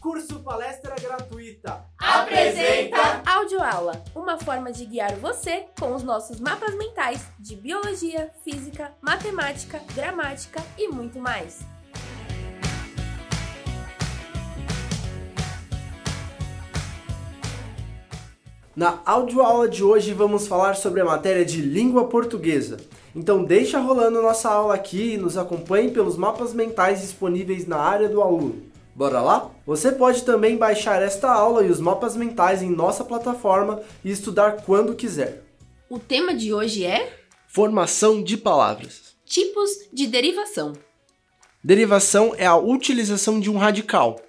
Curso palestra gratuita. Apresenta Audioaula, uma forma de guiar você com os nossos mapas mentais de biologia, física, matemática, gramática e muito mais. Na audioaula de hoje vamos falar sobre a matéria de língua portuguesa. Então deixa rolando nossa aula aqui e nos acompanhe pelos mapas mentais disponíveis na área do aluno. Bora lá? Você pode também baixar esta aula e os mapas mentais em nossa plataforma e estudar quando quiser. O tema de hoje é Formação de palavras. tipos de derivação. Derivação é a utilização de um radical,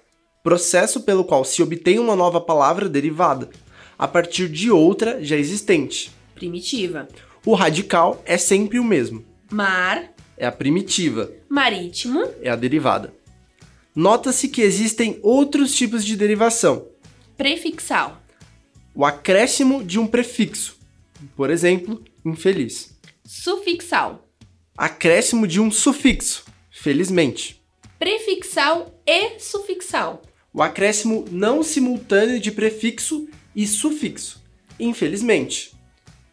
processo pelo qual se obtém uma nova palavra derivada, a partir de outra já existente. Primitiva. O radical é sempre o mesmo, Mar, é a primitiva, marítimo, é a derivada. Nota-se que existem outros tipos de derivação. prefixal. O acréscimo de um prefixo, por exemplo, infeliz. Sufixal. Acréscimo de um sufixo, felizmente. Prefixal e sufixal. O acréscimo não simultâneo de prefixo e sufixo, infelizmente.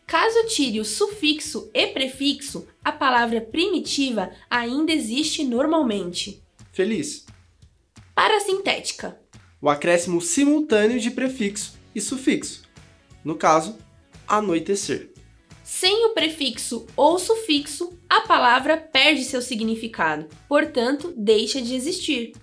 Caso tire o sufixo e prefixo, a palavra primitiva ainda existe normalmente. Feliz. Parasintética. O acréscimo simultâneo de prefixo e sufixo. No caso, anoitecer. Sem o prefixo ou sufixo, a palavra perde seu significado, portanto, deixa de existir.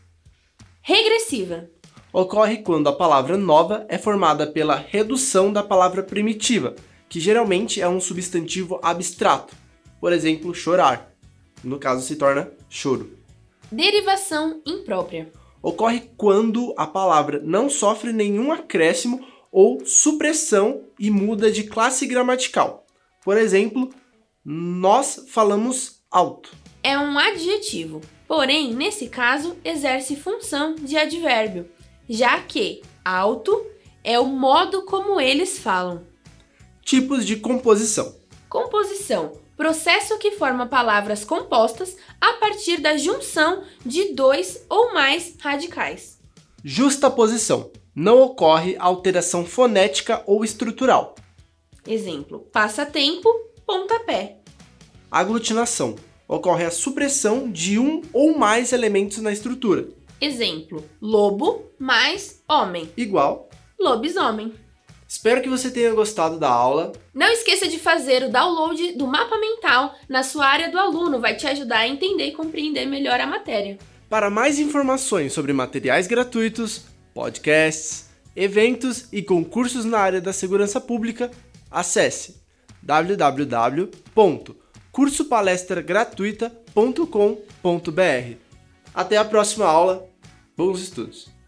Regressiva. ocorre quando a palavra nova é formada pela redução da palavra primitiva, que geralmente é um substantivo abstrato. Por exemplo, chorar. No caso, se torna choro. Derivação imprópria. Ocorre quando a palavra não sofre nenhum acréscimo ou supressão e muda de classe gramatical. Por exemplo, nós falamos alto. é um adjetivo, porém, nesse caso, exerce função de advérbio, já que alto é o modo como eles falam. Tipos de composição. Composição: processo que forma palavras compostas a partir da junção de dois ou mais radicais. Justaposição. Não ocorre alteração fonética ou estrutural. Exemplo: passatempo, pontapé. Aglutinação. Ocorre a supressão de um ou mais elementos na estrutura, Exemplo: lobo mais homem, igual. lobisomem. Espero que você tenha gostado da aula. Não esqueça de fazer o download do mapa mental na sua área do aluno, vai te ajudar a entender e compreender melhor a matéria. Para mais informações sobre materiais gratuitos, podcasts, eventos e concursos na área da segurança pública, acesse www.cursopalestragratuita.com.br. Até a próxima aula. Bons estudos!